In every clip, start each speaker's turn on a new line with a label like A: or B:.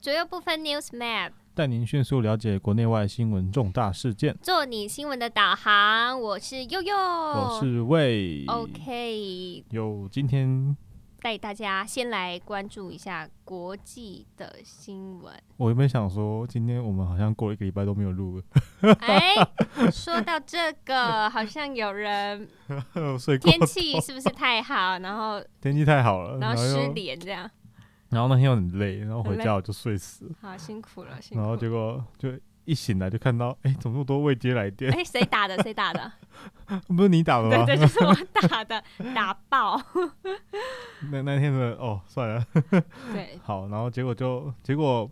A: 左右部分 News Map，
B: 带您迅速了解国内外新闻重大事件。
A: 做你新闻的导航。我是悠悠，
B: 我是魏。
A: 哦 OK，
B: 有今天
A: 带大家先来关注一下国际的新闻。
B: 我原本想说，今天我们好像过了一个礼拜都没有录
A: 哎，说到这个，好像有人
B: 了， 所以过
A: 天气是不是太好，然 后
B: 天气太好了，
A: 然
B: 然
A: 后
B: 后
A: 失
B: 又
A: 联这样，
B: 然后那天又很累，然后回
A: 很累
B: 家我就睡死了，
A: 好辛苦了，辛
B: 然后
A: 苦。
B: 结果就一醒来就看到，哎，怎么那么多未接来电？
A: 哎，谁打的？谁打的？
B: 不是你打的
A: 对
B: 吗？
A: 对， 就是我打的，打爆。
B: 那那天的哦，算了，
A: 对，
B: 好，然后结果就结果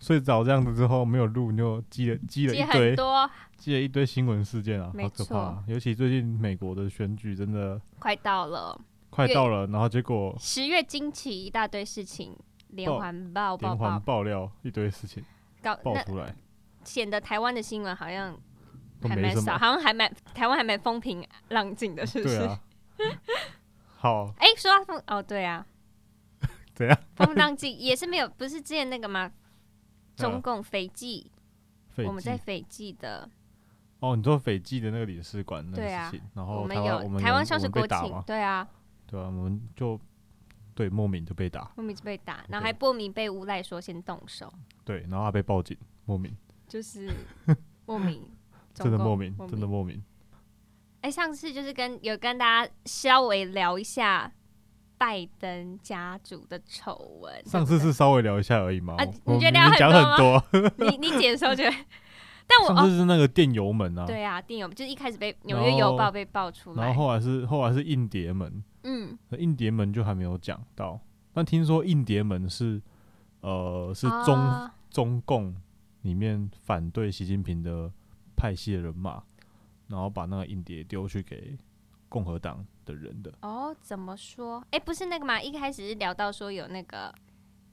B: 睡着这样子之后没有录，就积了积了
A: 接
B: 一
A: 很
B: 堆，
A: 多，
B: 积了一堆新闻事件啊，
A: 没
B: 好可怕啊、尤其最近美国的选举真的
A: 快到了。
B: 快
A: 越
B: 到了，然后结果
A: 十月惊起一大堆事情，连
B: 爆
A: 环爆爆
B: 连环
A: 爆
B: 爆料一堆事情
A: 搞，
B: 爆
A: 那
B: 出来，
A: 显得台湾的新闻好像
B: 都
A: 还
B: 没
A: 蛮
B: 什
A: 少，
B: 么。
A: 好像还蛮台湾还蛮风平浪静的，是不是？
B: 对
A: 哎、
B: 啊，好，
A: 说到风哦，对啊，
B: 怎样？
A: 风平浪静也是没有，不是之前那个吗？中
B: 嗯
A: 共斐济，
B: 斐
A: 我们
B: 济
A: 在斐济的，
B: 哦，你说斐济的那个领事馆那个
A: 对啊
B: 事情，然后
A: 们
B: 哦台湾我
A: 有
B: 们
A: 台
B: 有
A: 湾消
B: 我
A: 失
B: 们被
A: 国
B: 打
A: 庆
B: 嘛，，
A: 对啊，
B: 对啊，我们就对莫名就被打，
A: 莫名被打，然
B: 对
A: 后还莫名被诬赖说先动手，
B: 对，然后他被报警，莫名，
A: 就是 莫名，
B: 真的
A: 中共
B: 莫名，真的
A: 名
B: 莫名。
A: 哎、上次就是跟有跟大家稍微聊一下拜登家族的丑闻。
B: 上次是稍微聊一下而已嘛，
A: 啊
B: 我
A: 你
B: 我
A: 你觉得
B: 明明
A: 聊
B: 讲
A: 很
B: 很多，
A: 对不对你你姐的时候觉得，但我
B: 上
A: 哦，
B: 次是那个电邮门 啊，
A: 对啊，定有就是一开始被《
B: 然
A: 纽
B: 后
A: 约邮报》被爆出
B: 然后
A: 来，
B: 后来是后来是硬碟门，
A: 嗯，
B: 那硬碟门就还没有讲到，但听说硬碟门是呃是中、
A: 啊
B: 中共里面反对习近平的派系的人马，然后把那个硬碟丢去给共和党的人的，
A: 哦，怎么说？哎、不是那个嘛，一开始是聊到说有那个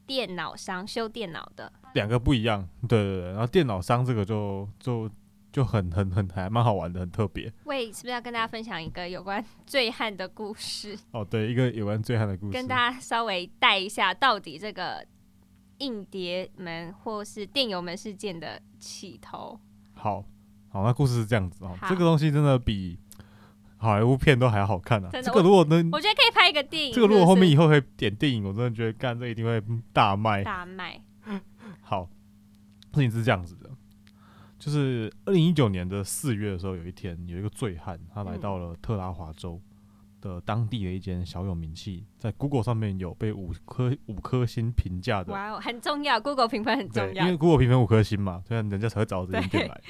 A: 电脑商修电脑的，
B: 两个不一样，对对对，然后电脑商这个就就就很很很还蛮好玩的，很特别
A: 喂，是不是要跟大家分享一个有关 醉汉的故事？
B: 哦，对，一个有关醉汉的故事，
A: 跟大家稍微带一下，到底这个硬碟门或是电邮门事件的起头。
B: 好好，那故事是这样子哦，
A: 好
B: 这个东西真的比好莱坞片都还好看啊。
A: 真的
B: 这个如果能，
A: 我觉得可以拍一个电影，
B: 这个如果
A: 是不
B: 后
A: 是
B: 面以后可以点电影，我真的觉得干这一定会大卖。
A: 大卖，
B: 好，事情是这样子的，就是二零一九年的四月的时候，有一天有一个醉汉，他来
A: 嗯
B: 到了特拉华州的当地的一间小有名气，在 Google 上面有被五颗五颗星评价的
A: 哇哦，很重要，Google 评分很
B: 对，
A: 重
B: 因
A: 要
B: 为。Google 评分五颗星嘛，所以人家才会找到这间店
A: 对
B: 来。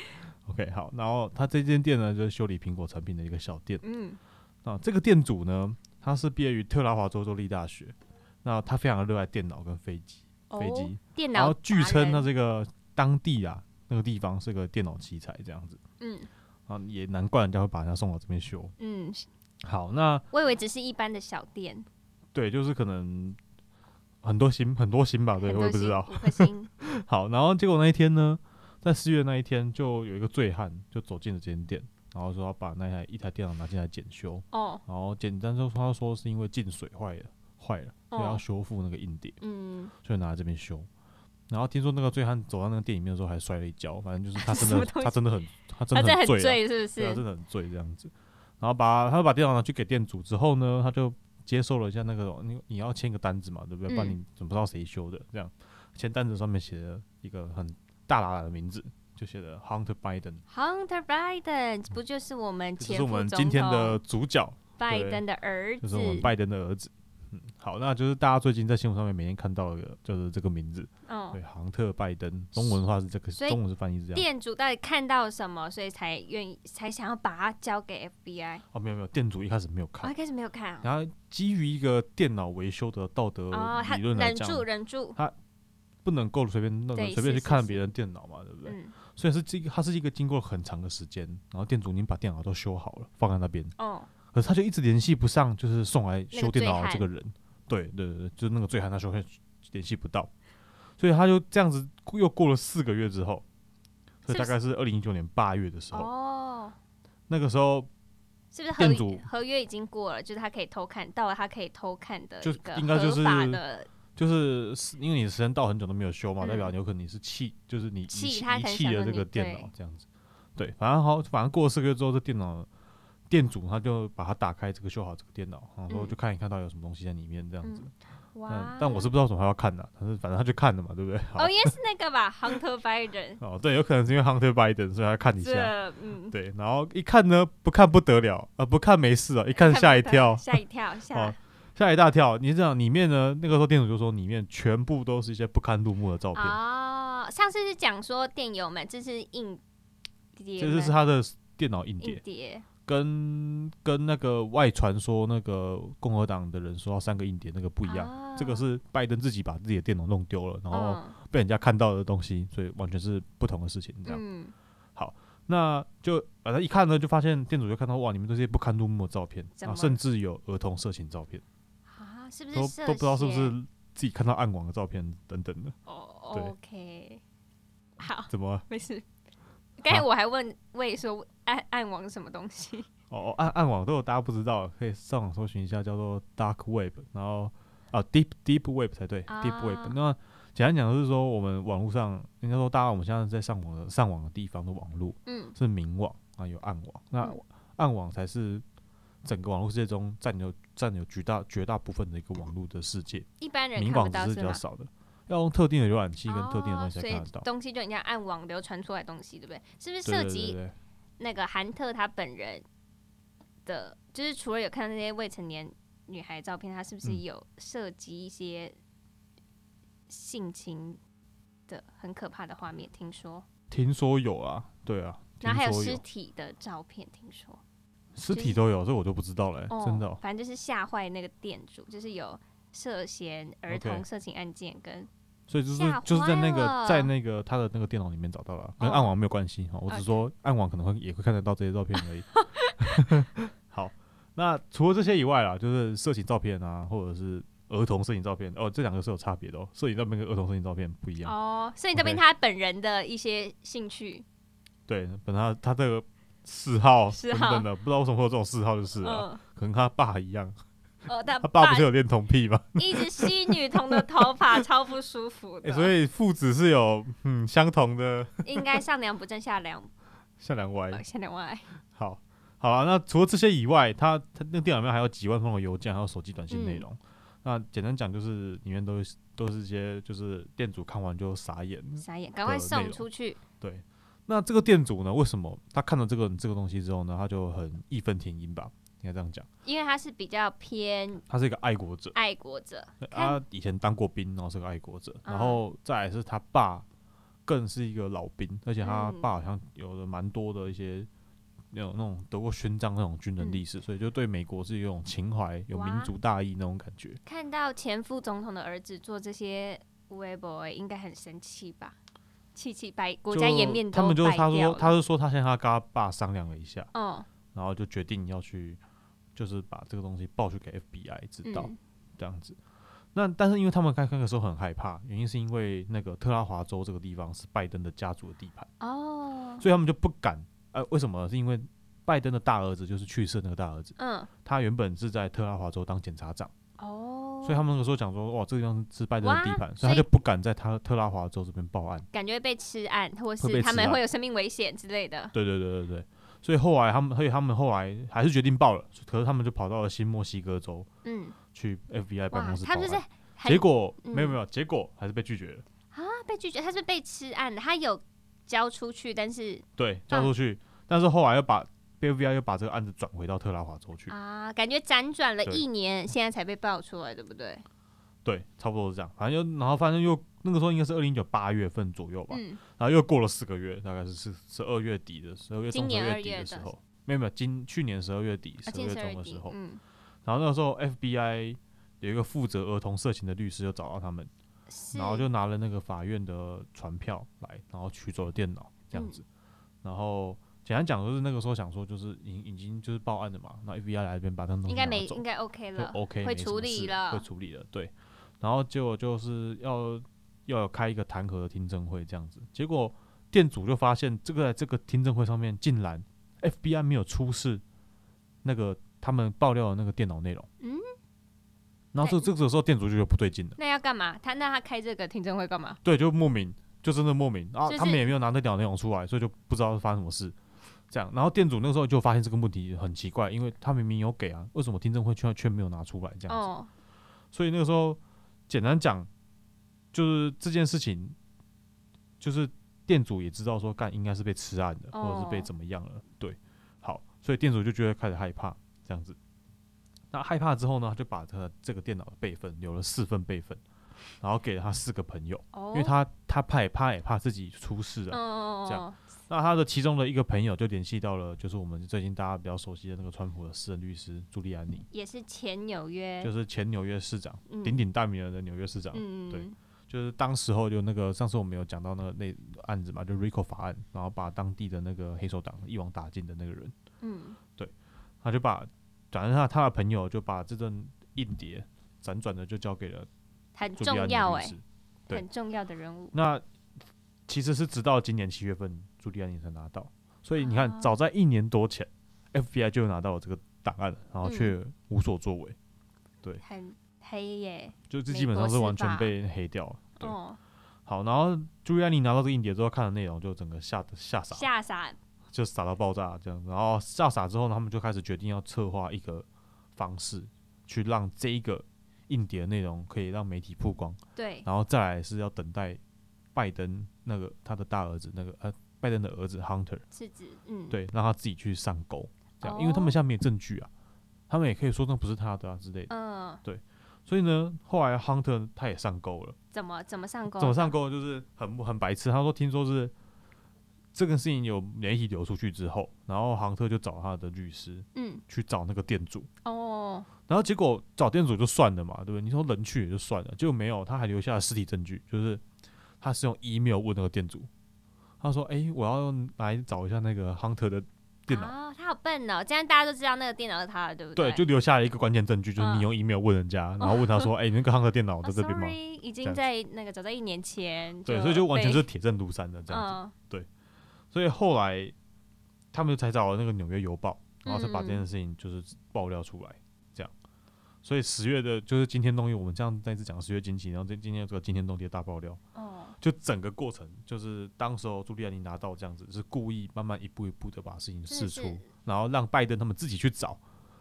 B: OK，好，然后他这间店呢，就是修理苹果产品的一个小店。
A: 嗯，
B: 那这个店主呢，他是毕业于特拉华州州立大学，那他非常热爱电脑跟飞机，飞
A: 哦，
B: 机，
A: 电
B: 然
A: 脑
B: 后据
A: 达
B: 称他
A: 人
B: 这个当地啊那个地方是个电脑奇才这样子，
A: 嗯
B: 啊也难怪人家会把他送到这边修。
A: 嗯，
B: 好，那
A: 我以为只是一般的小店，
B: 对，就是可能很多星很多星吧，对，
A: 很
B: 我
A: 多
B: 也不
A: 星
B: 知道。
A: 五颗 星，
B: 好，然后结果那一天呢，在四月那一天，就有一个醉汉就走进了这间店，然后说要把那台一台电脑拿进来检修，
A: 哦，
B: 然后简单就说他说是因为进水坏了，坏了，所以要
A: 哦
B: 修复那个硬碟，
A: 嗯，
B: 所以拿来这边修。然后听说那个醉汉走到那个店里面的时候还摔了一跤，反正就是他 真
A: 什么
B: 的
A: 东西
B: 他真的很
A: 他
B: 他真的
A: 这
B: 很
A: 很
B: 醉啊、
A: 醉是不
B: 对啊，真
A: 是？
B: 的很醉这样子。然后把他把电脑拿去给店主之后呢，他就接受了一下那个你你要签个单子嘛，对不对？不然
A: 嗯
B: 你怎么知道谁修的？这样签单子上面写了一个很大大的名字，就写了 Hunter Biden，
A: Hunter Biden 不就是我们
B: 这就
A: 前
B: 是我
A: 副
B: 们
A: 总
B: 今天的
A: 统
B: 主角，
A: 拜
B: 对
A: 登的儿
B: 就
A: 子
B: 是，我们拜登的儿子。嗯，好，那就是大家最近在新闻上面每天看到的，就是这个名字，
A: 哦
B: 对，，亨特·拜登，中文的话是这个，
A: 所以
B: 中文是翻译是这样。
A: 店主到底看到什么，所以才愿意才想要把它交给 FBI？
B: 哦，没有没有，店主一开始没有
A: 我
B: 看
A: 一，开始没有看啊。
B: 然后基于一个电脑维修的道德
A: 哦，他
B: 理论来
A: 忍
B: 讲，
A: 住，忍住，
B: 不能够随便弄
A: 对，
B: 随便
A: 是
B: 去
A: 是
B: 看
A: 是
B: 别人电脑嘛，对不对？
A: 嗯，
B: 所以是这个，它是一个经过很长的时间，然后店主已经把电脑都修好了，放在那边，
A: 哦，
B: 可是他就一直联系不上，就是送来
A: 那个
B: 修电
A: 醉
B: 脑的这
A: 汉
B: 个人，对对对，就是那个醉汉，他说会联系不到，所以他就这样子又过了四个月之后，
A: 是
B: 所以
A: 不
B: 大概是二零一九年八月的时候，
A: 哦，
B: 那个时候
A: 是不是合
B: 店
A: 约
B: 主
A: 合约已经过了，就是他可以偷看，到了他可以偷看的
B: 就
A: 一个
B: 应该就
A: 合
B: 是
A: 法的
B: 就是是因为你时间到很久都没有修嘛，
A: 嗯
B: 代表有可能你是弃，就是你遗
A: 弃
B: 弃
A: 他
B: 遗
A: 可能
B: 弃
A: 想
B: 了
A: 说
B: 这个
A: 你
B: 电脑
A: 对
B: 这样子。对，反正好，反正过了四个月之后，这电脑店主他就把它打开，这个修好这个电脑，然后说
A: 嗯
B: 就看一看到底有什么东西在里面这样子。
A: 哇
B: 但！但我是不知道为什么他要看的、但是反正他就看了嘛，对不对？好
A: 哦，应该是那个吧 ，Hunter Biden。
B: 哦，对，有可能是因为 Hunter Biden，所以他看一下。
A: 这嗯，
B: 对，然后一看呢，不看不得了，呃，不看 没事啊，一看
A: 看
B: 吓一
A: 不到
B: 跳，
A: 吓一 跳，吓
B: 哦吓一大跳。你讲里面呢，那个时候店主就说里面全部都是一些不堪入目的照片，
A: 哦，上次是讲说电友们，这是硬碟
B: 这
A: 吗，
B: 就是他的电脑硬
A: 硬
B: 碟，
A: 碟，
B: 跟跟那个外传说那个共和党的人说要三个硬碟那个不
A: 不
B: 一样。这个是拜登自己把自己的电脑弄丢了，然后
A: 啊哦嗯
B: 被人家看到的东西，所以完全是不同的事情。这样，
A: 嗯
B: 那就反正一看呢，就发现店主就看到哇，你们这些不堪入目的照片，
A: 怎
B: 然后
A: 么
B: 甚至有儿童色情照片，
A: 啊，是不
B: 都
A: 是
B: 都不知道是不
A: 涉
B: 是
A: 嫌
B: 自己看到暗网的照片等等的，
A: 哦
B: 对
A: ？OK，好，
B: 怎么了
A: 没事。刚才我还问魏说暗暗网是什么东西，
B: 哦，暗暗网都有，大家不知道，可以上网搜寻一下，叫做 Dark Web，然后啊 Deep Deep Web 才对、d e e
A: 啊
B: p Web。那简单讲就是说，我们网络上应该说，大家我们现在在上网的上网的地方的网络
A: 嗯
B: 是明网啊，有暗网。那
A: 嗯
B: 暗网才是整个网络世界中占有占有绝大绝大部分的一个网络的世界，
A: 一般人
B: 明
A: 看
B: 网
A: 不
B: 只
A: 到
B: 是
A: 是
B: 比较
A: 吗？
B: 少的，要用特定的浏览器跟特定的东西
A: 哦所
B: 才看
A: 以
B: 得到。
A: 东西就人家按网流传出来的东西，对不对？是不是
B: 对
A: 涉
B: 对对
A: 及
B: 对，
A: 那个韩特他本人的，就是除了有看到那些未成年女孩照片，他是不是
B: 嗯
A: 有涉及一些性侵的很可怕的画面？听说，
B: 听说有啊，对啊，听
A: 然后还有
B: 说
A: 尸体的照片，听说，
B: 尸
A: 就
B: 体
A: 是
B: 都有，这我就不知道了、
A: 哦，
B: 真的哦、
A: 反正就是吓坏那个店主，就是有涉嫌儿
B: OK
A: 童色情案件跟
B: 所以就是
A: 吓
B: 就是在
A: 坏
B: 那个在
A: 了
B: 那个他的那个电脑里面找到了，跟
A: 哦
B: 暗网没有关系哈。我只
A: OK
B: 是说暗网可能会也会看得到这些照片而已。 好，那除了这些以外啦，就是色情照片啊，或者是儿童色情照片哦，这两个是有差别的哦。色情照片跟儿童色情照片不一样。
A: 哦，所以这边
B: OK
A: 他本人的一些兴趣，
B: 对，本来他他这个嗜好
A: 嗜
B: 等
A: 好
B: 等的，不知道为什么会有这种嗜好就是了、
A: 嗯，
B: 可能他爸一样，
A: 呃，他
B: 他爸不是有恋童癖吗？
A: 一直吸女童的头发，超不舒服
B: 哎、
A: 的。
B: 所以父子是有嗯相同的
A: 应该上梁不正下梁
B: 善良歪。
A: 呃下梁歪。
B: 好，好啊。那除了这些以外，他他那电脑里面还有几万封的邮件，还有手机短信内容。那简单讲就是里面都是都是一些就是店主看完就傻眼。
A: 傻眼，赶快送出去。
B: 对，那这个店主呢，为什么他看到这个这个东西之后呢，他就很义愤填膺吧？应该这样讲，
A: 因为他是比较偏
B: 他是一个爱国者，
A: 爱国者，看
B: 他啊以前当过兵，然后是个爱国者，
A: 啊
B: 然后再来是他爸更是一个老兵，而且他
A: 嗯
B: 爸好像有了蛮多的一些有那种得过勋章那种军人历
A: 嗯
B: 史，所以就对美国是有一种情怀，有
A: 哇
B: 民族大义那种感觉。
A: 看到前副总统的儿子做这些微博，应该很生气吧？气气白国家
B: 就
A: 颜面都
B: 他们就是
A: 败
B: 他
A: 掉
B: 说
A: 了
B: 他是说他现在他跟他爸商量了一下，
A: 哦，
B: 然后就决定要去就是把这个东西报去给 FBI 知道、
A: 嗯，
B: 这样子。那但是因为他们刚那个时候很害怕，原因是因为那个特拉华州这个地方是拜登的家族的地盘。
A: 哦，
B: 所以他们就不敢。呃，为什么呢？是因为拜登的大儿子就是去世的那个大儿子，
A: 嗯，
B: 他原本是在特拉华州当检察长，
A: 哦，
B: 所以他们那个时候讲说，哇，这个地方是拜登的地
A: 哇
B: 盘，所以
A: 所
B: 他
A: 以
B: 就不敢在他特拉华州这边报案。
A: 感觉被吃案，或
B: 会被
A: 是他
B: 吃
A: 们
B: 案
A: 会有生命危险之类的。
B: 对对对对对，所以后来他们，所以他们后来还是决定报了，可是他们就跑到了新墨西哥州
A: 嗯，
B: 去 FBI 办
A: 哇
B: 公室，报
A: 他们就是
B: 案。
A: 很
B: 结果没有
A: 嗯
B: 没有，结果还是被拒绝了。
A: 他被拒绝，他是被吃案的，他有交出去，但是
B: 对，交出去，但是后来又把 FBI 又把这个案子转回到特拉华州去。
A: 啊，感觉辗转了
B: 对
A: 一年，现在才被爆出来，对不对？
B: 对，差不多是这样。反正又，然后反正又那个时候应该是二零一九八月份左右吧，
A: 嗯，
B: 然后又过了四个月，大概是是十二月底的十二月
A: 今
B: 中十
A: 年
B: 二
A: 2
B: 月底
A: 月
B: 的
A: 的
B: 时候，没有没有，今去年十二月底
A: 啊，
B: 十二
A: 近
B: 月
A: 十二
B: 中的
A: 底
B: 时候，
A: 嗯，
B: 然后那个时候 FBI 有一个负责儿童色情的律师就找到他们，
A: 是，
B: 然后就拿了那个法院的传票来，然后取走了电脑这样
A: 嗯
B: 子，然后。简单讲就是那个时候想说，就是已已经就是报案了嘛，那 FBI 来这边把那东西
A: 应该
B: 拿
A: 没
B: 走
A: 应该 OK
B: 就
A: 了，
B: OK，
A: 会
B: 没什
A: 处
B: 么
A: 理
B: 事
A: 了
B: 会处理了，对。然后结果就是要要有开一个弹劾的听证会这样子，结果店主就发现这个在这个听证会上面竟然 FBI 没有出示那个他们爆料的那个电脑内容，
A: 嗯，
B: 然后这这个时候店主就觉得不对劲了，
A: 那要干嘛？他那他开这个听证会干嘛？
B: 对，就莫名，就真的莫名，然后
A: 就是
B: 他们也没有拿那条内容出来，所以就不知道发生什么事。这样，然后店主那个时候就发现这个问题很奇怪，因为他明明有给啊，为什么听证会却却没有拿出来这样子？
A: 哦，
B: 所以那个时候，简单讲，就是这件事情，就是店主也知道说干应该是被吃案的，或者是被
A: 哦
B: 怎么样了。对，好，所以店主就觉得开始害怕这样子。那害怕之后呢，他就把他这个电脑的备份留了四份备份，然后给了他四个朋友，
A: 哦，
B: 因为他他怕也怕也怕自己出事啊。
A: 嗯，
B: 这样那他的其中的一个朋友就联系到了，就是我们最近大家比较熟悉的那个川普的私人律师朱利安尼，
A: 也是前纽约，
B: 就是啊是前纽约市长，
A: 哦嗯
B: 鼎鼎大名的纽约市长。
A: 嗯，
B: 对就是当时候就那个上次我们有讲到那个那案子嘛，就 RICO 法案，然后把当地的那个黑手党一网打尽的那个人，
A: 嗯，
B: 他就把反正他他的朋友就把这段硬碟辗转的就交给了
A: 很
B: 朱利安
A: 重
B: 尼
A: 要
B: 律
A: 哎
B: 师。，对
A: 很重要的人物，
B: 那其实是直到今年七月份，朱利安尼才拿到，所以你看，
A: 啊
B: 早在一年多前，FBI 就拿到了这个档案了，然后
A: 嗯
B: 却无所作为，
A: 很黑耶，
B: 就这
A: 美
B: 基本上
A: 国
B: 是
A: 司
B: 完全
A: 法
B: 被黑掉了。对，
A: 哦，
B: 好，然后朱利安尼拿到这个硬碟之后，看的内容就整个吓得吓傻了，
A: 吓傻，
B: 就傻到爆炸这样。然后吓傻之后呢，他们就开始决定要策划一个方式，去让这一个硬碟的内容可以让媒体曝光。
A: 对，
B: 然后再来是要等待拜登那个他的大儿子那个呃拜登的儿子 Hunter
A: 是指嗯，，
B: 对，让他自己去上钩，这样，因为他们现在没有证据啊，他们也可以说那不是他的啊之类的。
A: 嗯，
B: 所以呢，后来 Hunter 他也上钩了。
A: 怎么怎么上钩？
B: 怎么上钩？就是很不很白痴。他说听说是这个事情有媒体流出去之后，然后杭特就找他的律师
A: 嗯，
B: 去找那个店主，
A: 哦，
B: 然后结果找店主就算了嘛，对不对？你说人去也就算了，结果没有，他还留下了尸体证据，就是他是用 email 问那个店主，他说：“诶，我要来找一下那个 Hunter 的电脑。
A: 哦，他好笨哦，这样大家都知道那个电脑是他的，对不
B: 对，就
A: 对，
B: 留下了一个关键证据，就是
A: 嗯
B: 你用 email 问人家，然后问他 说：“哎诶，那个 Hunter 电脑在
A: 哦
B: 这边吗
A: sorry，已
B: 这
A: 经
B: 样子
A: 在那个早在一年前？”，
B: 对，所以就完全
A: 被
B: 是铁证如山的这样子。
A: 嗯，
B: 所以后来他们才找了那个《纽约邮报》，然后才把
A: 嗯
B: 这件事情就是爆料出来，这样。所以十月的，就是今天冬夜，我们这样再次讲十月惊奇，然后这今天这个惊天动地的大爆料，
A: 哦，
B: 就整个过程，就是当时候朱利安尼拿到这样子，是故意慢慢一步一步的把事
A: 真
B: 情
A: 的
B: 试
A: 是
B: 出，然后让拜登他们自己去找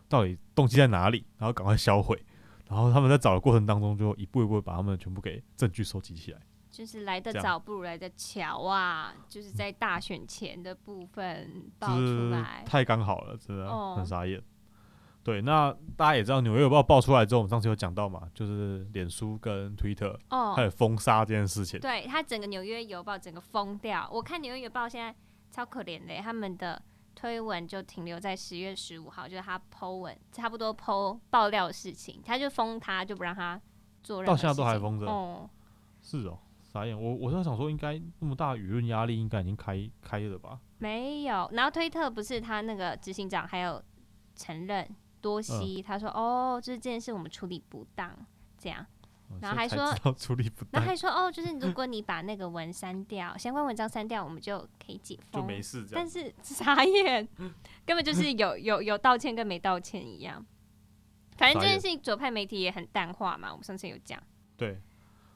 B: 到底动机在哪里，然后赶快销毁。然后他们在找的过程当中，就一步一步地把他们全部给证据收集起来。
A: 就是来得
B: 这样
A: 早不如来得巧啊！就是在大选前的部分爆
B: 就是
A: 出来，
B: 太刚好了，真的、
A: 哦
B: 很傻眼。对，那大家也知道《纽约邮报》爆出来之后，我们上次有讲到嘛，就是脸书跟 Twitter 还
A: 哦，
B: 有封杀这件事情。
A: 对他整个纽约邮报整个疯掉。我看纽约邮报现在超可怜的，他们的推文就停留在十月十五号，就是他 Po 文，差不多 Po 爆料的事情，他就封他，就不让他做任何
B: 到现在都还
A: 事情
B: 封着
A: 哦，
B: 是哦，傻眼。我我在想说，应该那么大的舆论压力，应该已经开开了吧？
A: 没有。然后推特不是他那个执行长还有承认多
B: 嗯
A: 西，他说哦，就是这件事我们处理不当这样。
B: 嗯
A: 然后还
B: 所以
A: 说
B: 才知 道处理不
A: 然后
B: 当，
A: 还说哦，就是如果你把那个文删掉，相关文章删掉，我们就可以解
B: 就
A: 封。
B: 没事这样
A: 但。是 傻 眼，根本就是有有有道歉跟没道歉一样。反正这
B: 傻
A: 件
B: 眼
A: 事情左派媒体也很淡化嘛，我们上次有讲。
B: 对，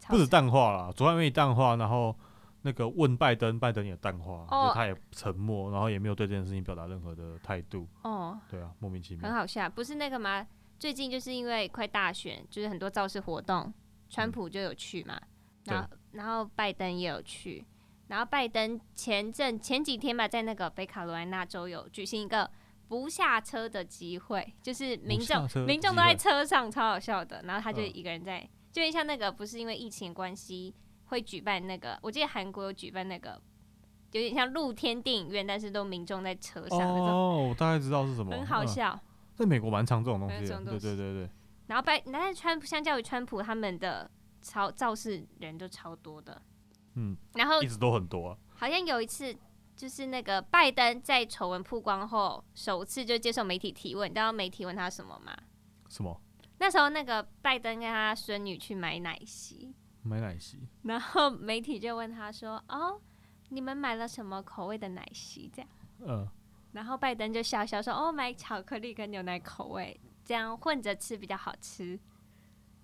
A: 超
B: 不止淡化啦，左岸没淡化，然后那个问拜登，拜登也淡化，
A: 哦
B: 就他也沉默，然后也没有对这件事情表达任何的态度。
A: 哦，
B: 对啊，莫名其
A: 很
B: 妙。
A: 好笑，不是那个吗？最近就是因为快大选，就是很多造势活动，川普就有去嘛，
B: 嗯对
A: 然后然后拜登也有去，然后拜登前阵前几天吧，在那个北卡罗来纳州有举行一个不下车的集会，就是民众
B: 下车的
A: 民众
B: 集
A: 都在
B: 会
A: 车上，超好笑的。然后他就
B: 嗯
A: 一个人在，就有点像那个不是因为疫情关系会举办那个，我记得韩国有举办那个。有点像露天电影院，但是都民众在车上那种，
B: 哦，我大概知道是什么，
A: 很好
B: 嗯
A: 笑。
B: 在美国蛮常这种东
A: 蛮
B: 西的，
A: 常这
B: 对
A: 种
B: 对对对，
A: 然后拜，但是川普相较于川普他们的超肇事人都超多的。
B: 嗯，
A: 然后
B: 一直都很多、啊。
A: 好像有一次，就是那个拜登在丑闻曝光后，首次就接受媒体提问，你知道媒体问他什么吗？
B: 什么
A: 那时候那个拜登跟他孙女去买奶昔，
B: 买奶昔？
A: 然后媒体就问他说：“哦，你们买了什么口味的奶昔？”这样，
B: 嗯、
A: 然后拜登就笑 Oh 笑说：“哦，买巧克力跟牛奶口味，这样混着吃比较好吃。”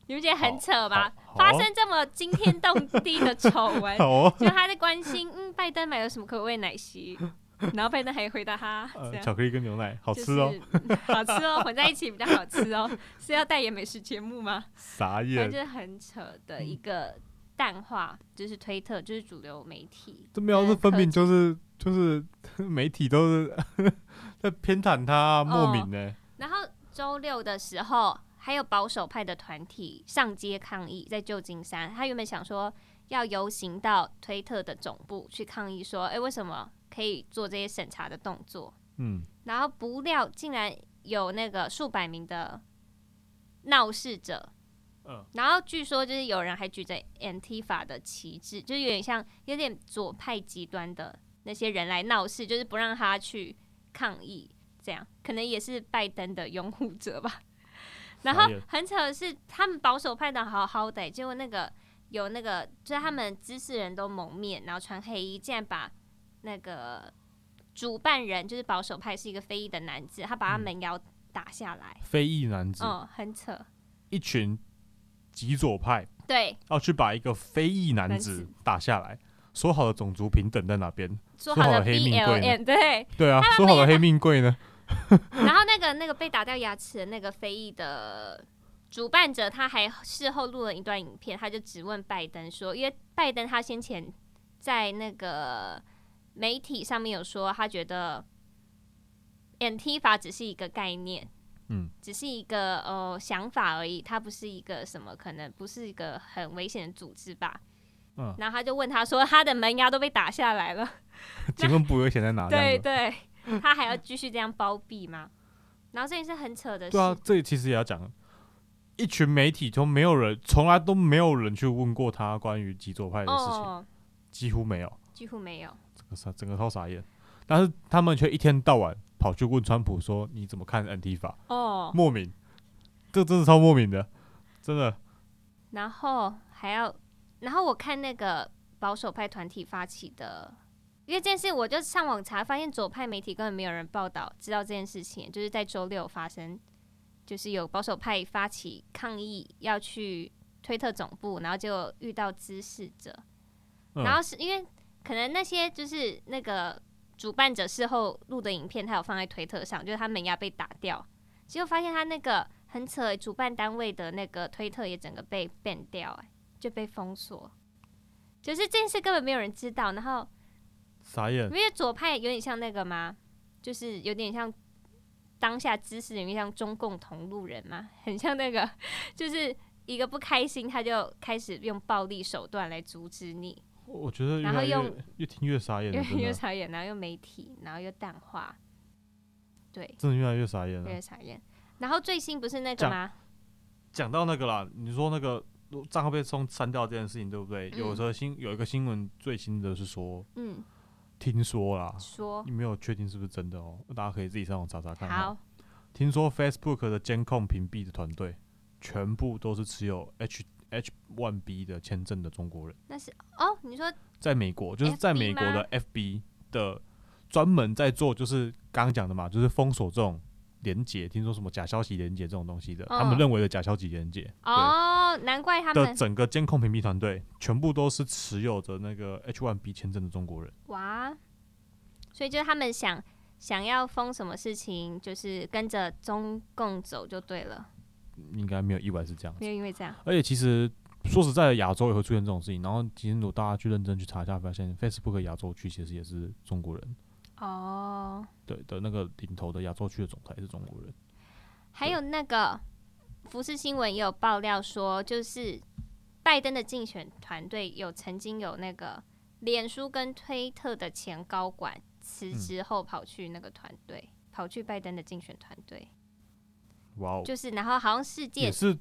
A: 你不觉得很扯吧？
B: 好好
A: 发生这么惊天动地的丑闻，
B: 好哦，
A: 就他在关心，嗯，拜登买了什么可口味奶昔，然后拜登还回答他，这
B: 呃，
A: 样
B: 巧克力跟牛奶好
A: 好
B: 吃哦，，
A: 就是、好吃哦，混在一起比较好吃哦， 是要代言美食节目吗？
B: 傻
A: 反正
B: 眼
A: 就，是很扯的一个淡化，就是推特，就是主流媒体，
B: 这喵
A: 呃
B: 这分
A: 科
B: 明
A: 技
B: 就是就是 媒体都是 在偏袒他，啊莫
A: 哦
B: 名呢、
A: 然后周六的时候，还有保守派的团体上街抗议，在旧金山。他原本想说要游行到推特的总部去抗议，说：“诶，为什么可以做这些审查的动作
B: 嗯，？”
A: 然后不料竟然有那个数百名的闹事者。
B: 嗯
A: 然后据说就是有人还举着 Antifa 的旗帜，就是有点像有点左派极端的那些人来闹事，就是不让他去抗议，这样可能也是拜登的拥护者 吧。然后
B: 傻眼
A: 很扯的是，他们保守派的好好的、结果那个有那个就是他们知识人都蒙面，然后穿黑衣，竟然把那个主办人就是保守派是一个非裔的男子，他把他
B: 嗯
A: 门摇打下来，
B: 非裔男子、
A: 嗯，很扯，
B: 一群极左派
A: 对，
B: 要去把一个非裔男
A: 男
B: 子
A: 子
B: 打下来，说好的种族平等在哪边？
A: 说
B: 说
A: 好
B: 好
A: 的
B: 了黑命贵呢
A: BLM 对。
B: 对啊，说好的黑命 贵呢？
A: 然后那个那个被打掉牙齿的那个非裔的主办者，他还事后录了一段影片，他就质问拜登说，因为拜登他先前在那个媒体上面有说，他觉得 Antifa 只是一个概念，
B: 嗯，
A: 只是一个呃想法而已，它不是一个什么，可能不是一个很危险的组织吧。
B: 嗯
A: 然后他就问他说，他的门牙都被打下来了。
B: 请问不危险在哪？这
A: 对
B: 样子
A: 对， 他还要继续这样包庇吗？然后这件事很扯的事，
B: 对啊，这其实也要讲，一群媒体都没有人，从来都没有人去问过他关于极左派的事情，
A: 哦，
B: 几乎没有，
A: 几乎没有。
B: 整个傻整个超傻眼。但是他们却一天到晚跑去问川普说你怎么看 NT 法？
A: 哦，
B: 莫名，这真的超莫名的，真的。
A: 然后还要，然后我看那个保守派团体发起的，因为这件事我就上网查，发现左派媒体根本没有人报道，知道这件事情，就是在周六发生，就是有保守派发起抗议要去推特总部，然后就遇到滋事者，
B: 嗯
A: 然后是因为可能那些就是那个主办者事后录的影片，他有放在推特上，就是他门牙被打掉，结果发现他那个很扯欸，主办单位的那个推特也整个被 ban 掉、欸，就被封锁。就是这件事根本没有人知道，然后
B: 傻眼
A: 因，为左派有点像那个嘛，就是有点像当下知识人，有点像中共同路人嘛， 很像那个，就是一个不开心他就开始用暴力手段来阻止你，
B: 我觉得越
A: 然后
B: 来越
A: 用
B: 越听越傻眼
A: 又
B: 了，真
A: 又
B: 的
A: 傻眼，然后又媒体，然后又淡化，对，
B: 真的越来越傻眼了。
A: 又傻眼。然后最新不是那个
B: 讲
A: 吗？
B: 讲到那个啦，你说那个账号被冲删掉这件事情，对不对？
A: 嗯
B: 有时候新有一个新闻最新的是说，
A: 嗯，
B: 听说啦，
A: 说
B: 你没有确定是不是真的哦，大家可以自己上网查查看。
A: 好，
B: 听说 Facebook 的监控屏蔽的团队全部都是持有 H H 1 B 的签证的中国人，
A: 那是哦，你说
B: 在美国就是在
A: FB
B: 美国的 FB 的专门在做，就是刚刚讲的嘛，就是封锁这种连接，听说什么假消息连接这种东西的，
A: 嗯
B: 他们认为的假消息连接，对
A: 哦，难怪他
B: 的
A: 们
B: 整个监控屏蔽团队全部都是持有着那个 H 1 B 签证的中国人，
A: 哇，所以就是他们想想要封什么事情，就是跟着中共走就对了，
B: 应该没有意外是这样子
A: 没有因为这样
B: 而且其实说实在的，亚洲也会出现这种事情。然后其实如果大家去认真去查一下，发现 Facebook 亚洲区其实也是中国人，
A: 哦。
B: 对的那个领头的亚洲区的总裁是中国人。
A: 还有那个福斯新闻也有爆料说，就是拜登的竞选团队有曾经有那个脸书跟推特的前高管辞职
B: 嗯
A: 后跑去那个团队，跑去拜登的竞选团队，
B: 哇哦，
A: 就是然后好像世界
B: 也是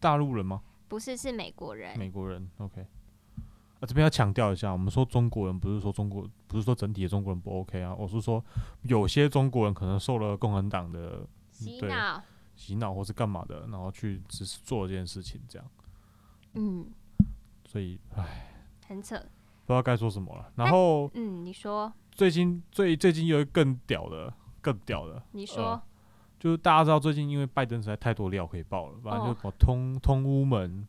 B: 大陆人吗？
A: 不是是美国人，
B: 美嗯国人？OK。啊，这边要强调一下，我们说中国人不是说中国，不是说整体的中国人不 OK 啊，我是说有些中国人可能受了共产党的
A: 洗
B: 对
A: 脑，
B: 洗脑或是干嘛的，然后去只是做这件事情这样，
A: 嗯，
B: 所以唉，
A: 很扯，
B: 不知道该说什么了。然
A: 但
B: 后
A: 嗯，你说
B: 最近最最近有一个更屌的，更屌的，
A: 你说、
B: 呃就是大家知道最近因为拜登实在太多料可以爆了，反正就
A: 哦
B: 什么通通乌门，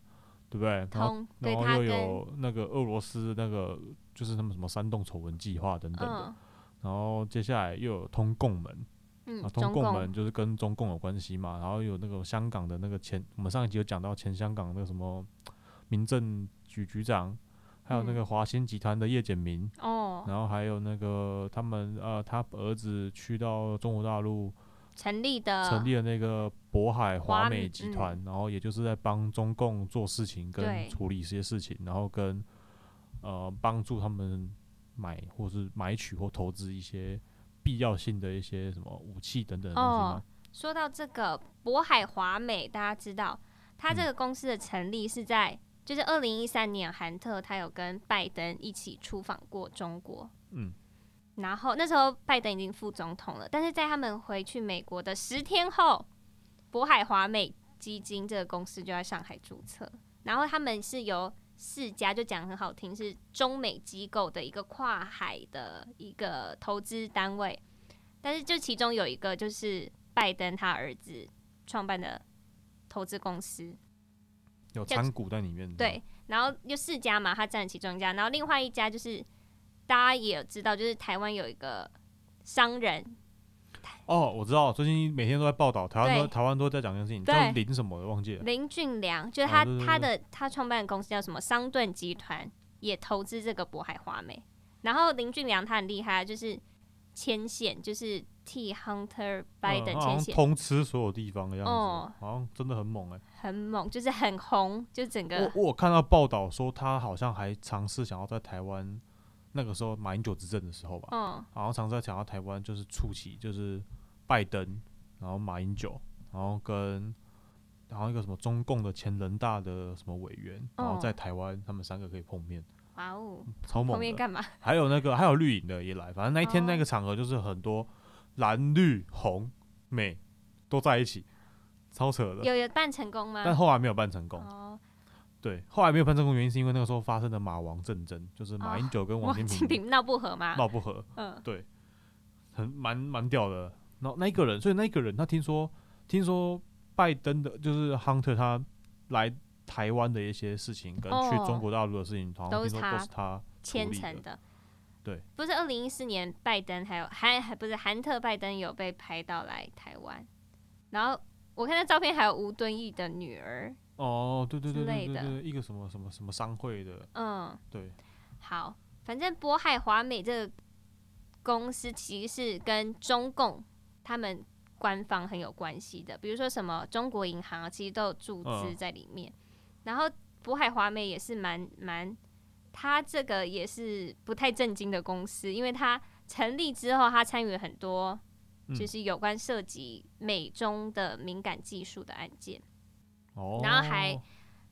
B: 对不对？然后
A: 通对
B: 呃然后
A: 他
B: 又
A: 跟
B: 有那个俄罗斯那个就是他们什么煽动丑闻计划等等的，
A: 嗯
B: 然后接下来又有通共门，
A: 嗯
B: 啊，
A: 中
B: 通
A: 共
B: 共门就是跟中共有关系嘛，然后有那个香港的那个前，我们上一集有讲到前香港那个什么民政局局长，还有那
A: 嗯
B: 个华兴集团的叶简明，
A: 哦，
B: 然后还有那个他们呃，他儿子去到中国大陆
A: 成立的
B: 成立了那个渤海
A: 嗯
B: 华
A: 华
B: 美
A: 美
B: 集
A: 嗯
B: 团，然后也就是在帮中共做事情跟
A: 对
B: 处理一些事情，然后跟呃帮助他们买或是买取或投资一些必要性的一些什么武器等等的东西
A: 哦
B: 吗？，
A: 说到这个渤海华美，大家知道，它这
B: 嗯
A: 个公司的成立是在、就是二零一三年，韩特他有跟拜登一起出访过中国，
B: 嗯，
A: 然后那时候拜登已经副总统了，但是在他们回去美国的十天后，渤海华美基金这个公司就在上海注册，然后他们是由四家就讲很好听，是中美机构的一个跨海的一个投资单位，但是就其中有一个就是拜登他儿子创办的投资公司，
B: 嗯有
A: 就
B: 参股在里面的。
A: 对，然后有四家嘛，他占其中一家，然后另外一家就是大家也有知道，就是台湾有一个商人，
B: 哦，我知道，最近每天都在报道台湾都
A: 对
B: 台湾都在讲这件事情，
A: 对
B: 叫林什么的忘记了。嗯
A: 林俊良，就是
B: 啊
A: 他、
B: 对对
A: 他的他创办的公司叫什么商顿集团，也投资这个渤海华美。然后林俊良他很厉害，啊就是牵线，就是替 Hunter
B: 嗯
A: Biden
B: 好
A: 牵
B: 像
A: 线，
B: 通吃所有地方的样子，
A: 哦
B: 好像真的很猛哎、
A: 很猛，就是很红，就整个
B: 我我有看到报道说，他好像还尝试想要在台湾那个时候马英九执政的时候吧，
A: 嗯
B: 好像尝试想要台湾就是促起就是拜登，然后马英九，然后跟然后一个什么中共的前人大的什么委员，然后
A: 哦
B: 在台湾他们三个可以碰面，
A: 哇哦，
B: 超
A: 后
B: 猛
A: 面
B: 的。
A: 干嘛？
B: 还有那个还有绿营的也来，反正那一天那
A: 哦
B: 个场合就是很多蓝绿红美都在一起，超扯的。
A: 有有办成功
B: 但
A: 吗？
B: 后来没有办成功。
A: 哦，
B: 对，后来没有办成功，原因是因为那个时候发生的马王战争，就是马
A: 哦
B: 英九跟王
A: 王
B: 金
A: 金
B: 平
A: 平闹不和吗？
B: 闹不和，
A: 嗯，
B: 对，很蛮蛮屌的。然后那一个人，所以那一个人他听说听说拜登的，就是 Hunter 他来台湾的一些事情，跟去
A: 哦
B: 中国大陆的事情，好像
A: 都是
B: 听说
A: 他
B: 都是他处
A: 千
B: 理
A: 层
B: 的。
A: 的。
B: 对，
A: 不是二零一四年拜登还有韩还不是韩特拜登有被拍到来台湾，然后我看那照片还有吴敦义的女儿，
B: 哦，对对对
A: 之
B: 对
A: 类
B: 对
A: 的
B: 对，一个什么什么什么商会的，
A: 嗯，
B: 对，
A: 好，反正渤海华美这个公司其实是跟中共他们官方很有关系的，比如说什么中国银行啊，其实都有注资
B: 嗯
A: 在里面。然后渤海华美也是蛮蛮，它这个也是不太正经的公司，因为它成立之后，它参与了很多
B: 嗯
A: 就是有关涉及美中的敏感技术的案件。
B: 哦，
A: 然后还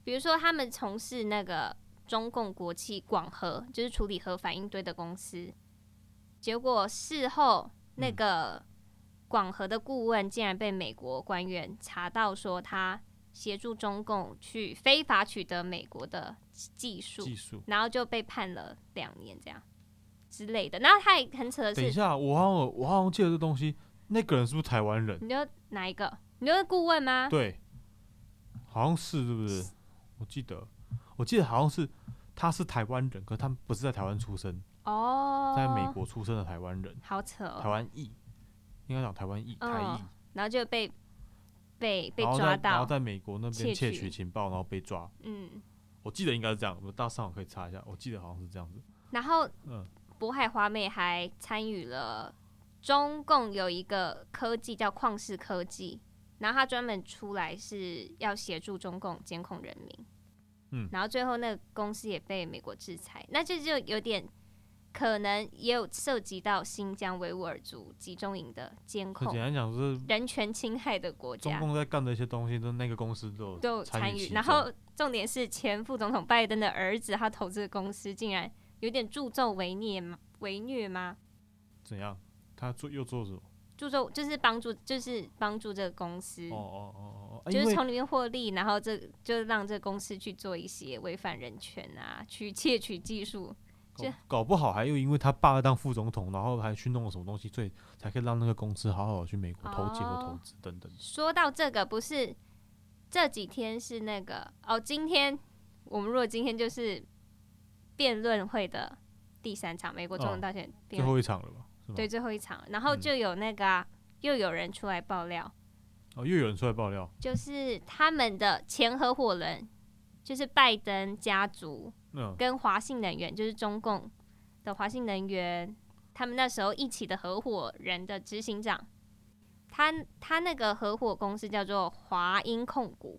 A: 比如说他们从事那个中共国企广核，就是处理核反应堆的公司，结果事后那个广核的顾问竟然被美国官员查到说他协助中共去非法取得美国的技术，
B: 技术。
A: 然后就被判了两年这样之类的。然后他也很扯的
B: 等一
A: 是，
B: 下，我好像有我好像记得这东西，那个人是不是台湾人？
A: 你就哪一个？你就是顾问 吗？
B: 对，好像是是不是？我记得，我记得好像是他是台湾人，可他不是在台湾出生，
A: 哦，
B: 在美，国出生的台湾人，
A: 好扯哦
B: 台。湾裔，应该讲台湾裔，
A: 嗯
B: 台裔，
A: 然后就被被被
B: 然后
A: 抓
B: 在然后
A: 到，
B: 在美国那边
A: 窃
B: 窃
A: 取
B: 取情报，然后被抓。
A: 嗯，
B: 我记得应该是这样，我们到上网可以查一下，我记得好像是这样子。
A: 然后
B: 嗯，
A: 渤海华美还参与了中共有一个科技叫旷视科技，然后他专门出来是要协助中共监控人民，
B: 嗯
A: 然后最后那个公司也被美国制裁，那这就有点。可能也有涉及到新疆维吾尔族集中营的监
B: 可简
A: 控、
B: 单讲，就是
A: 人权侵害的国
B: 中
A: 家，
B: 共在干的一些东西，都那个公司都有
A: 都有参
B: 与
A: 与。
B: 其
A: 然
B: 中
A: 后重点是前副总统拜登的儿子，他投资的公司竟然有点助纣为虐吗？为虐吗？
B: 怎样？他做又做什么？
A: 助纣就是帮助，就是帮助这个公司，
B: 哦哦哦哦哦，
A: 嗯就
B: 因
A: 是
B: 为
A: 从里面获利，然后这就让这个公司去做一些违反人权啊，去窃取技术
B: 搞
A: 这
B: 搞不好还又因为他爸当副总统，然后还去弄了什么东西，所以才可以让那个公司好好地去美国投钱或投
A: 哦
B: 资等等。
A: 说到这个，不是这几天是那个哦，今天我们如果今天就是辩论会的第三场，美国总统大选辩
B: 哦最
A: 论、
B: 后一场了吧？是吗？
A: 对最后一场，然后
B: 嗯
A: 就有那个啊、又有人出来爆料，
B: 哦，又有人出来爆料，
A: 就是他们的前合伙人，就是拜登家族
B: 嗯，
A: 跟华信能源，就是中共的华信能源，他们那时候一起的合伙人的执行长，他他那个合伙公司叫做华英控股。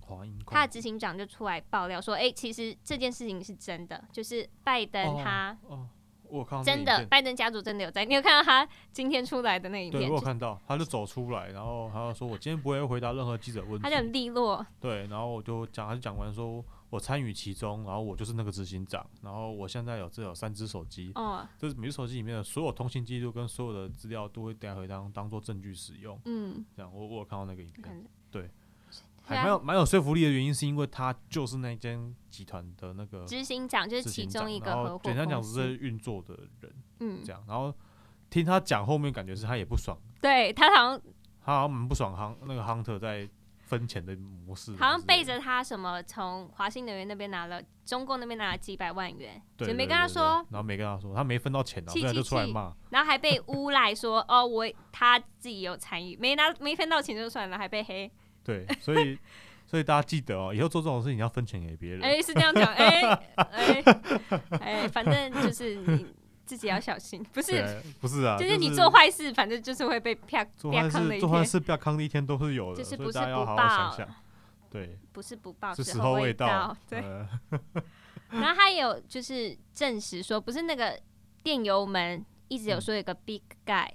B: 华英控
A: 他的执行长就出来爆料说，哎、其实这件事情是真的，就是拜登他
B: 哦，我有看到那
A: 真
B: 影
A: 的，
B: 片
A: 拜登家族真的有在。你有看到他今天出来的那影
B: 对
A: 片
B: 我有，看到，他就走出来，然后他就说我今天不会回答任何记者问
A: 他就很
B: 题，
A: 利落，
B: 对，然后我就讲，他就讲完说我参与其中，然后我就是那个执行长，然后我现在有这有三只手机，
A: 哦，
B: 这是每只手机里面的所有通信记录跟所有的资料都会带回当当做证据使用，
A: 嗯，
B: 这样我我有看到那个影
A: 你
B: 片，
A: 看
B: 对。
A: 虽
B: 还蛮有
A: 然
B: 蛮有说服力的原因，是因为他就是那间集团的那个
A: 执行长就是
B: 执
A: 其
B: 行
A: 中
B: 长
A: 一个
B: 然后
A: 合伙
B: 简单讲
A: 公
B: 只是
A: 司，
B: 运作的人
A: 嗯
B: 这，样，然后听他讲后面感觉是他也不爽，
A: 对他好像
B: 他好像蛮不爽亨那个 hunter 在分钱的模式，
A: 好像背着他什么从华兴能源那边拿了，中共那边拿了几百万元，
B: 对，
A: 也
B: 对
A: 没跟他，
B: 对
A: 说
B: 对，对然后没跟他说，他没分到钱啊，
A: 气
B: 所以他就
A: 气
B: 出来
A: 气
B: 骂，
A: 然后还被诬赖说，哦，我他自己有参与，没拿没分到钱就算了，还被黑，
B: 对，所以 所以大家记得哦，以后做这种事情要分钱给别人，
A: 哎、是这样讲，哎、哎哎，反正就是你自己要小心，不
B: 对
A: 是，
B: 啊不是啊，
A: 就是你做坏事，反正就是会被啪
B: 做
A: 啪
B: 坏
A: 坑的
B: 事
A: 一
B: 做坏
A: 天，
B: 事不要康的一天都是有的，
A: 就是
B: 所以
A: 不是
B: 大家要
A: 不
B: 好好想
A: 报
B: 想，对，
A: 不是不报，
B: 是时
A: 候
B: 候未
A: 到。对，
B: 呃嗯
A: 然后他也有就是证实说，不是那个电油门一直有说有个 big guy，、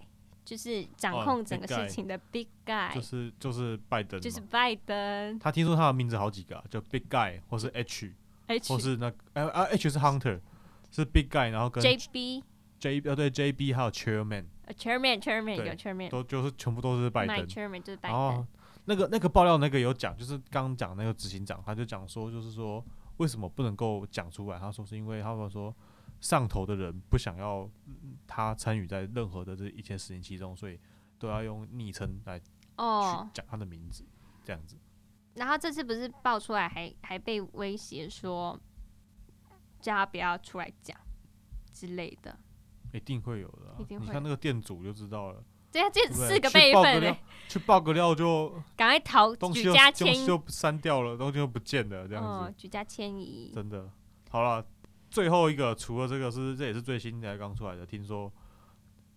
A: 就是掌
B: 嗯哦
A: 控
B: big
A: 整个事
B: guy
A: 情的 big guy，
B: 就是就是拜登嘛，
A: 就是拜登
B: 他听说他的名字好几个啊，叫 Big Guy 或是 H 或
A: H
B: 是那呃啊 H 是 hunter，是 Big Guy，然后跟
A: JB
B: J 呃对 JB 还有 Chairman
A: 呃 Chairman Chairman
B: 对
A: 有 Chairman，
B: 都就是全部都是拜
A: My
B: 登。哦
A: Chairman 就是拜
B: 然
A: 登
B: 后，那个那个爆料那个有讲，就是刚刚讲那个执行长，他就讲说，就是说为什么不能够讲出来？他说是因为他们说上头的人不想要嗯他参与在任何的这一切事情其中，所以都要用昵称来去
A: 哦，
B: 讲他的名字，这样子。
A: 然后这次不是爆出来还，还被威胁说，叫他不要出来讲之类的。
B: 一定会有的啊、
A: 一定会
B: 你看那个店主就知道了，
A: 对啊，这
B: 对不对
A: 四个
B: 去
A: 备
B: 爆
A: 份
B: 料
A: 嘞，
B: 去爆个料就
A: 赶快逃
B: 东西
A: 举
B: 又
A: 家
B: 东
A: 迁
B: 西
A: 移，
B: 又删掉了，东西又不见了，这样子。
A: 嗯，举家迁移。
B: 真的。好了，最后一个除了这个是，这也是最新的刚出来的，听说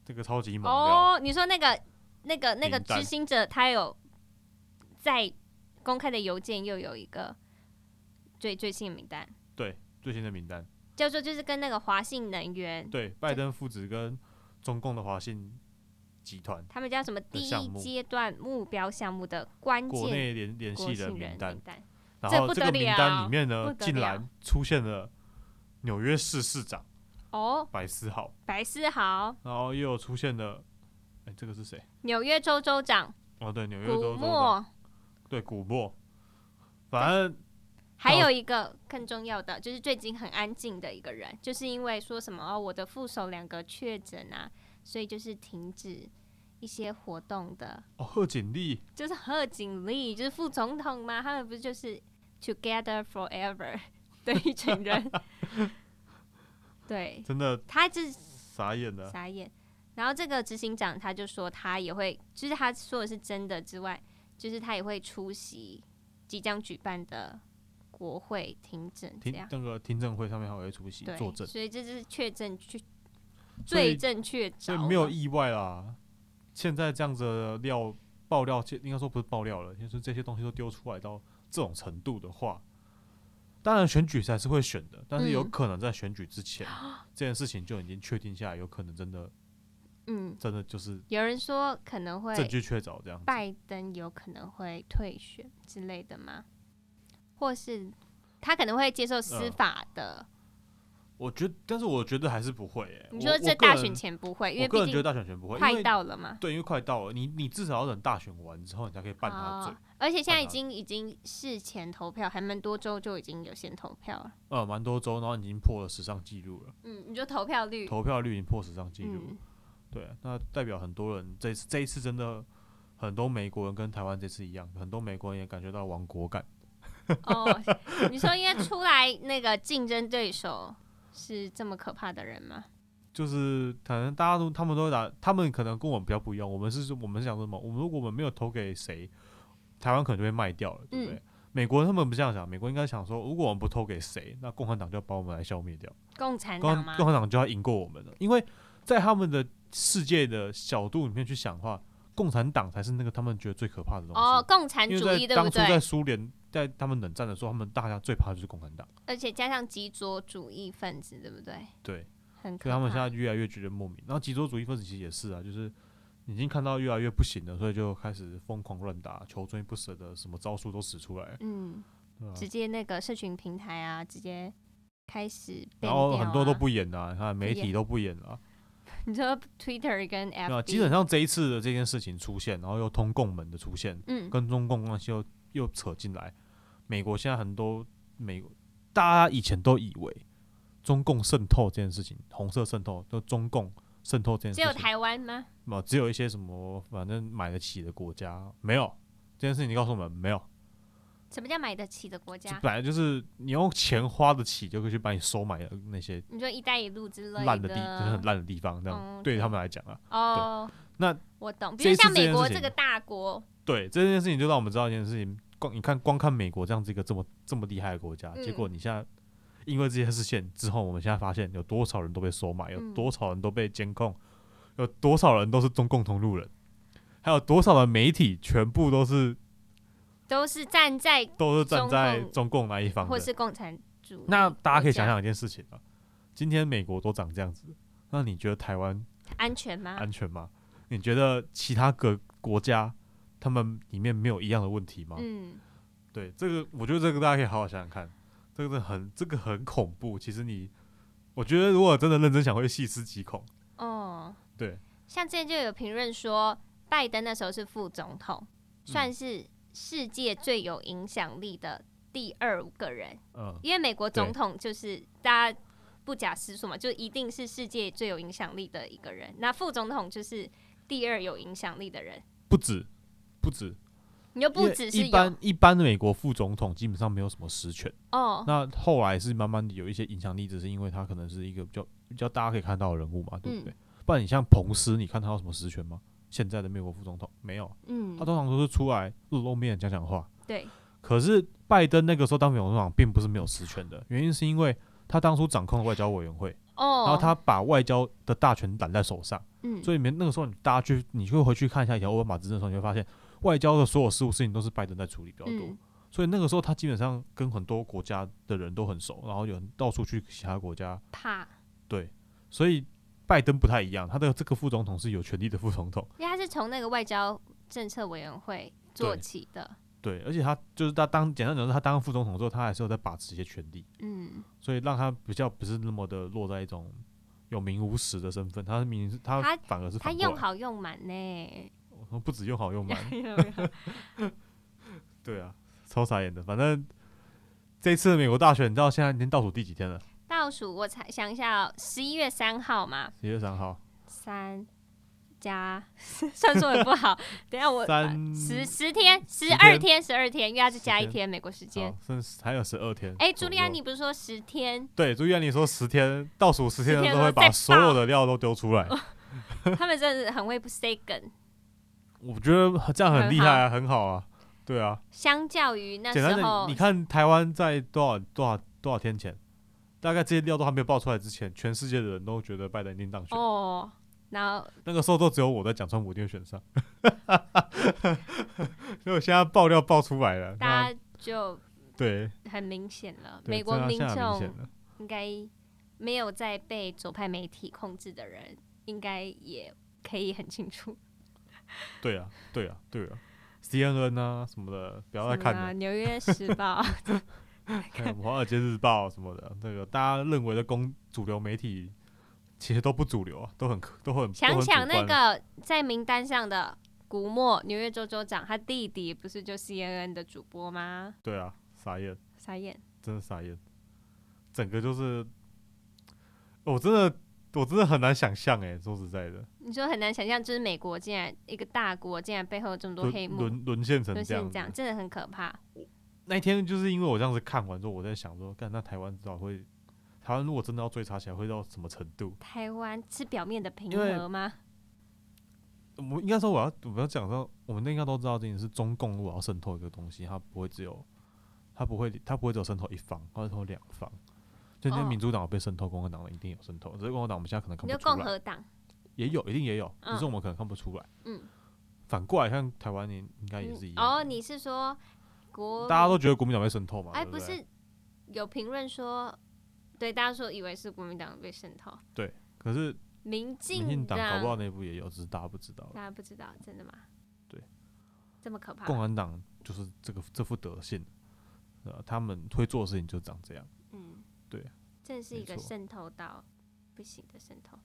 B: 这个超级猛料，
A: 哦，你说那个那个那个
B: 名单
A: 执行者，他有在公开的邮件又有一个最最新的名单，
B: 对最新的名单，
A: 叫做就是跟那个华信能源，
B: 对拜登父子跟中共的华信集团
A: 他们叫什么第
B: 项
A: 一
B: 目
A: 阶段目标项目的关
B: 国
A: 键
B: 内联联
A: 国
B: 系的
A: 信
B: 名
A: 人
B: 单
A: 名，单。
B: 然
A: 这
B: 后
A: 不
B: 这
A: 得
B: 个名单
A: 了
B: 里面
A: 不
B: 呢，
A: 得
B: 竟
A: 了
B: 然出现了纽约市市长
A: 哦，
B: 白思豪，
A: 白思豪，
B: 然后又有出现了，哎，这个是谁？
A: 纽约州州长
B: 哦，对，纽约
A: 古
B: 州州长，
A: 默，
B: 对古默，反正
A: 还有一个更重要的，就是最近很安静的一个人，就是因为说什么哦，我的副手两个确诊啊，所以就是停止一些活动的，
B: 哦，贺锦丽
A: 就是贺锦丽，就是副总统嘛，他们不是就是 Together Forever 的一群人，对
B: 真的
A: 他就是
B: 傻眼了，
A: 傻眼。然后这个执行长他就说他也会，就是他说的是真的之外，就是他也会出席即将举办的国会听证，这
B: 听
A: 样
B: 那个听证会上面还会出席
A: 对
B: 作，证，
A: 所以这就是确证确
B: 所
A: 最
B: 以
A: 正确
B: 所
A: 凿
B: 以
A: 了，
B: 没有意外啦。现在这样子的料爆料，其应该说不是爆料了，就是这些东西都丢出来到这种程度的话，当然选举才是会选的，但是有
A: 嗯
B: 可能在选举 之前，这件事情就已经确定下来，有可能真的
A: 嗯，
B: 真的就是
A: 有人说可能
B: 证
A: 会
B: 据确凿这样子。
A: 拜登有可能会退选之类
B: 呃
A: 的吗？或是他可能会接受司
B: 嗯
A: 法的
B: 我觉得，但是我觉得还是不会、欸。
A: 你
B: 我
A: 说
B: 我
A: 这
B: 个
A: 大
B: 人
A: 选前不会，因
B: 我
A: 为
B: 个
A: 毕
B: 人觉
A: 竟
B: 得大选全不会，因
A: 快
B: 为
A: 到了嘛。
B: 对，因为快到了，你你至少要等大选完之后，你才可以办他罪
A: 哦。，而且现在
B: 办
A: 已
B: 他
A: 经已经事前投票，还蛮多州就已经有先投票了。
B: 呃，蛮多州，然后已经破了史上纪录了，
A: 嗯，你说投票率，
B: 投票率已经破史上纪录。
A: 嗯，
B: 对，啊那代表很多人这次这一次真的很多美国人跟台湾这次一样，很多美国人也感觉到亡国感。
A: 哦，你说因为出来那个竞争对手是这么可怕的人吗？
B: 就是可能大家都他们都会打，他们可能跟我们比较不一样。我们是我们是想说什么？我们如果我们没有投给谁，台湾可能就会卖掉了，对不对？
A: 嗯
B: 美国人他们不这样想，美国应该想说，如果我们不投给谁，那共产党就要把我们来消灭掉。
A: 共产
B: 共
A: 党吗
B: 产？共产党就要赢过我们了，因为在他们的世界的角度里面去想的话，共产党才是那个他们觉得最可怕的东西。
A: 哦，共产
B: 因为
A: 主
B: 在
A: 义对
B: 当
A: 不
B: 初在
A: 对？
B: 苏联在他们冷战的时候，他们大家最怕的就是共产党，
A: 而且加上极左主义分子，对不对？
B: 对，
A: 很可
B: 所以
A: 怕。
B: 他们现在越来越觉得莫名。然后极左主义分子其实也是啊，就是已经看到越来越不行了，所以就开始疯狂乱打，求追不舍的什么招数都使出来，
A: 嗯，
B: 对吧、
A: 直接那个社群平台啊，直接开始、ban
B: 然后
A: 掉
B: 很多都
A: 啊，
B: 不演了、你看媒
A: 不
B: 体
A: 演
B: 都不演了、啊，
A: 你说 Twitter 跟 FB，
B: 对啊，基本上这一次的这件事情出现，然后又通共门的出现，
A: 嗯，
B: 跟中共关系又又扯进来。美国现在很多美，大家以前都以为中共渗透这件事情，红色渗透，就中共渗透这件
A: 只
B: 事
A: 有
B: 情，
A: 台湾吗？
B: 嘛，哦只有一些什么反正买得起的国家没有这件事情，你告诉我们没有，
A: 什么叫买得起的国
B: 就
A: 家？
B: 本来就是你用钱花得起就可以去把你收买的那些
A: 你说“一带一路”之类
B: 烂的地，就是很烂的地方，这
A: 嗯
B: 样对于他们来讲啊，
A: 哦。
B: 那
A: 我懂，比
B: 这
A: 如
B: 一次
A: 像
B: 这件
A: 美国
B: 事
A: 这
B: 情
A: 个大国，
B: 对这件事情，就让我们知道一件事情：光你看，光看美国这样子一个这么这么厉害的国家，
A: 嗯
B: 结果你现在因为这件事情之后，我们现在发现有多少人都被收买，有
A: 嗯
B: 多少人都被监控，有多少人都是中共同路人，还有多少的媒体全部都是
A: 都是站在
B: 都是站在
A: 中共
B: 中共那一方
A: 或
B: 的。
A: 是共产主义。
B: 那大家可以想，想一件事情啊：今天美国都长这样子，那你觉得台湾
A: 安全吗？
B: 安全吗？你觉得其他各国家他们里面没有一样的问题吗？
A: 嗯，
B: 对，这个我觉得这个大家可以好好想想看，这个真的很这个很恐怖。其实你，我觉得如果真的认真想，会细思极恐。
A: 哦，
B: 对，
A: 像之前就有评论说，拜登那时候是副总统，
B: 嗯
A: 算是世界最有影响力的第二个人，
B: 嗯，
A: 因为美国总
B: 对
A: 统就是大家不假思索嘛，就一定是世界最有影响力的一个人。那副总统就是第二有影响力的人，
B: 不止，不止，
A: 你就
B: 因
A: 不
B: 为
A: 只是
B: 一
A: 有
B: 般一般的美国副总统基本上没有什么实权，
A: 哦，
B: 那后来是慢慢的有一些影响力，只是因为他可能是一个比较比较大家可以看到的人物嘛，对
A: 嗯
B: 不对？不然你像彭斯，你看他有什么实权吗？现在的美国副总统没有，啊
A: 嗯
B: 他，通常都是出来露露面讲讲话，
A: 对，
B: 可是拜登那个时候当美国总统并不是没有实权的，原因是因为他当初掌控了外交委员会，
A: 哦，
B: 然后他把外交的大权揽在手上，
A: 嗯，
B: 所以你们那个时候你大家去，你会回去看一下以前奥巴马执政的时候，你会发现外交的所有事务事情都是拜登在处理比较多，
A: 嗯
B: 所以那个时候他基本上跟很多国家的人都很熟，然后有人到处去其他国家，
A: 怕，
B: 对，所以拜登不太一样，他的这个副总统是有权力的副总统，
A: 因为他是从那个外交政策委员会做
B: 对
A: 起的，
B: 对，而且他就是他当简单讲，是他当副总统之后，他还是有在把持一些权力。
A: 嗯，
B: 所以让他比较不是那么的落在一种有名无实的身份。他是名是他
A: 他
B: 反而是
A: 他
B: 反过
A: 用
B: 来
A: 好用满呢，
B: 我说不止用好用满，
A: 有没有
B: 对啊，超傻眼的。反正这次的美国大选，你知道现在已经倒数第几天了？
A: 倒数我才想一下、哦，十一月三号嘛，
B: 十月三号，
A: 三加算数也不好，等一下我把
B: 三
A: 十十天十
B: 天
A: 二天十二天，因为它是加一
B: 10
A: 天美国时间
B: 好。，剩还有十二天。
A: 哎，朱利安，你，不是说十 天？
B: 对朱利安，你说十天倒数十天的时
A: 10天的时候
B: 候会
A: 再
B: 把
A: 爆
B: 所有的料都丢出来，
A: 嗯他们真的是很会不 say 梗。
B: 我觉得这样很
A: 很
B: 厉害啊，很好啊，对啊。
A: 相较于那
B: 简单
A: 时
B: 的，
A: 候
B: 你，看台湾在多少多少多少天前，大概这些料都还没有爆出来之前，全世界的人都觉得拜登一定当选。
A: 哦，然后
B: 那个时候都只有我在讲川普一定会选上， 所以我现在爆料爆出来了，那
A: 大家就
B: 对
A: 很明显了，
B: 对
A: 美国
B: 这样
A: 民
B: 现在很明
A: 众
B: 显了，
A: 应该没有在被左派媒体控制的人，应该也可以很清楚。
B: 对啊对啊对啊，CNN 啊什么的，不要再看
A: 什么啊
B: 了，
A: 《纽约时报》
B: 还有什么《华尔街日报》什么的，那个大家认为的公主流媒体其实都不主流啊，都很客都很都
A: 想
B: 很主
A: 想那
B: 观啊
A: 个在名单上的古默，纽约州州长，他弟弟不是就 CNN 的主播吗？
B: 对啊，傻眼，
A: 傻眼，
B: 真的傻眼，整个就是，我真的我真的很难想象哎、说实在的，
A: 你说很难想象，就是美国竟然一个大国，竟然背后有这么多黑
B: 沦
A: 幕，
B: 沦沦陷成
A: 就是
B: 这样
A: 这
B: 子
A: 样，真的很可怕。
B: 那一天就是因为我这样子看完之后，我在想说，干那台湾至少会，台湾如果真的要追查起来，会到什么程度？
A: 台湾是表面的平
B: 因为
A: 和吗？
B: 我们应该说我要我要讲到，我们应该都知道，这件事，中共如果要渗透一个东西，它不会只有，它不会它不会只有渗透一方，它会渗透两方。就那
A: 哦
B: 民主党有被渗透，共和党一定有渗哎透，只是共和党我们现在可能看
A: 你
B: 不
A: 说
B: 出
A: 共
B: 来。
A: 和党，
B: 也有，一定也有，只是
A: 嗯
B: 我们可能看不出来。
A: 嗯，
B: 反过来看台湾，你应该哎也
A: 嗯
B: 是一样的。
A: 哦，你是说国
B: 大家
A: 民
B: 都觉得国民党被渗透嘛？
A: 哎，
B: 对
A: 不
B: 不对？
A: 是有评论说，对大家说以为是国民党被渗透，
B: 可是
A: 民
B: 民进
A: 进
B: 党搞不好内部也有，只是大家不知道而已。
A: 大家不知道，真的吗？
B: 对，
A: 这么可怕。
B: 共产党就是这个这副德性，呃，他们会做的事情就长这样。
A: 嗯，
B: 对，
A: 真是
B: 没
A: 一个
B: 错
A: 渗透到不行的渗透，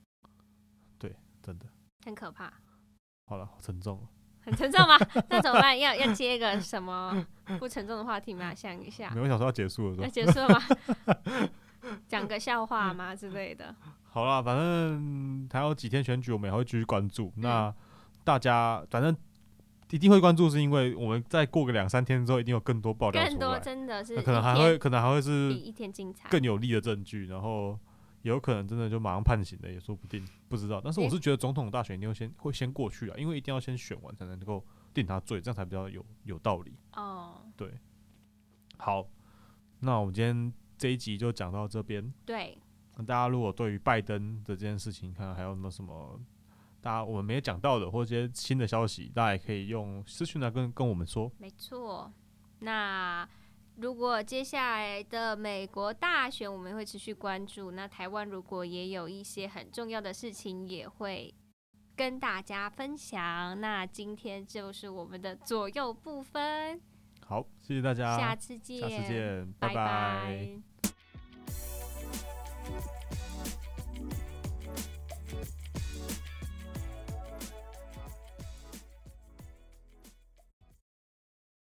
B: 真的。
A: 很可怕，
B: 好了，好沉重了，
A: 很沉重吗？ 那怎么办？要要接一个什么不沉重的话题 吗？想一下
B: 没，有想说嗯要结束了是
A: 要
B: 吧？
A: 结束了吗？ 讲个笑话吗之类的？
B: 好啦，反正还有几天选举，我们也会继续关注。
A: 嗯
B: 那大家反正一定会关注，是因为我们再过个两三天之后，一定有更多爆料
A: 更
B: 出
A: 多
B: 来，
A: 真的是
B: 那
A: 一
B: 可能还
A: 天
B: 会，可能还会是
A: 比一天精彩。
B: 更有力的证据，然后有可能真的就马上判刑的也说不定，不知道。但是我
A: 对
B: 是觉得总统大选一定会先会先过去啊，因为一定要先选完才能够定他罪，这样才比较有有道理。
A: 哦，
B: 好，那我们今天这一集就讲到这边。
A: 对，
B: 那大家如果对于拜登的这件事情，看还有没有什么大家我们没有讲到的，或者一些新的消息，大家也可以用私讯来跟跟我们说。
A: 没错。那如果接下来的美国大选，我们会持续关注。那台湾如果也有一些很重要的事情，也会跟大家分享。那今天就是我们的左右部分，
B: 好，谢谢大家，
A: 下次见，
B: 下次见，拜
A: 拜拜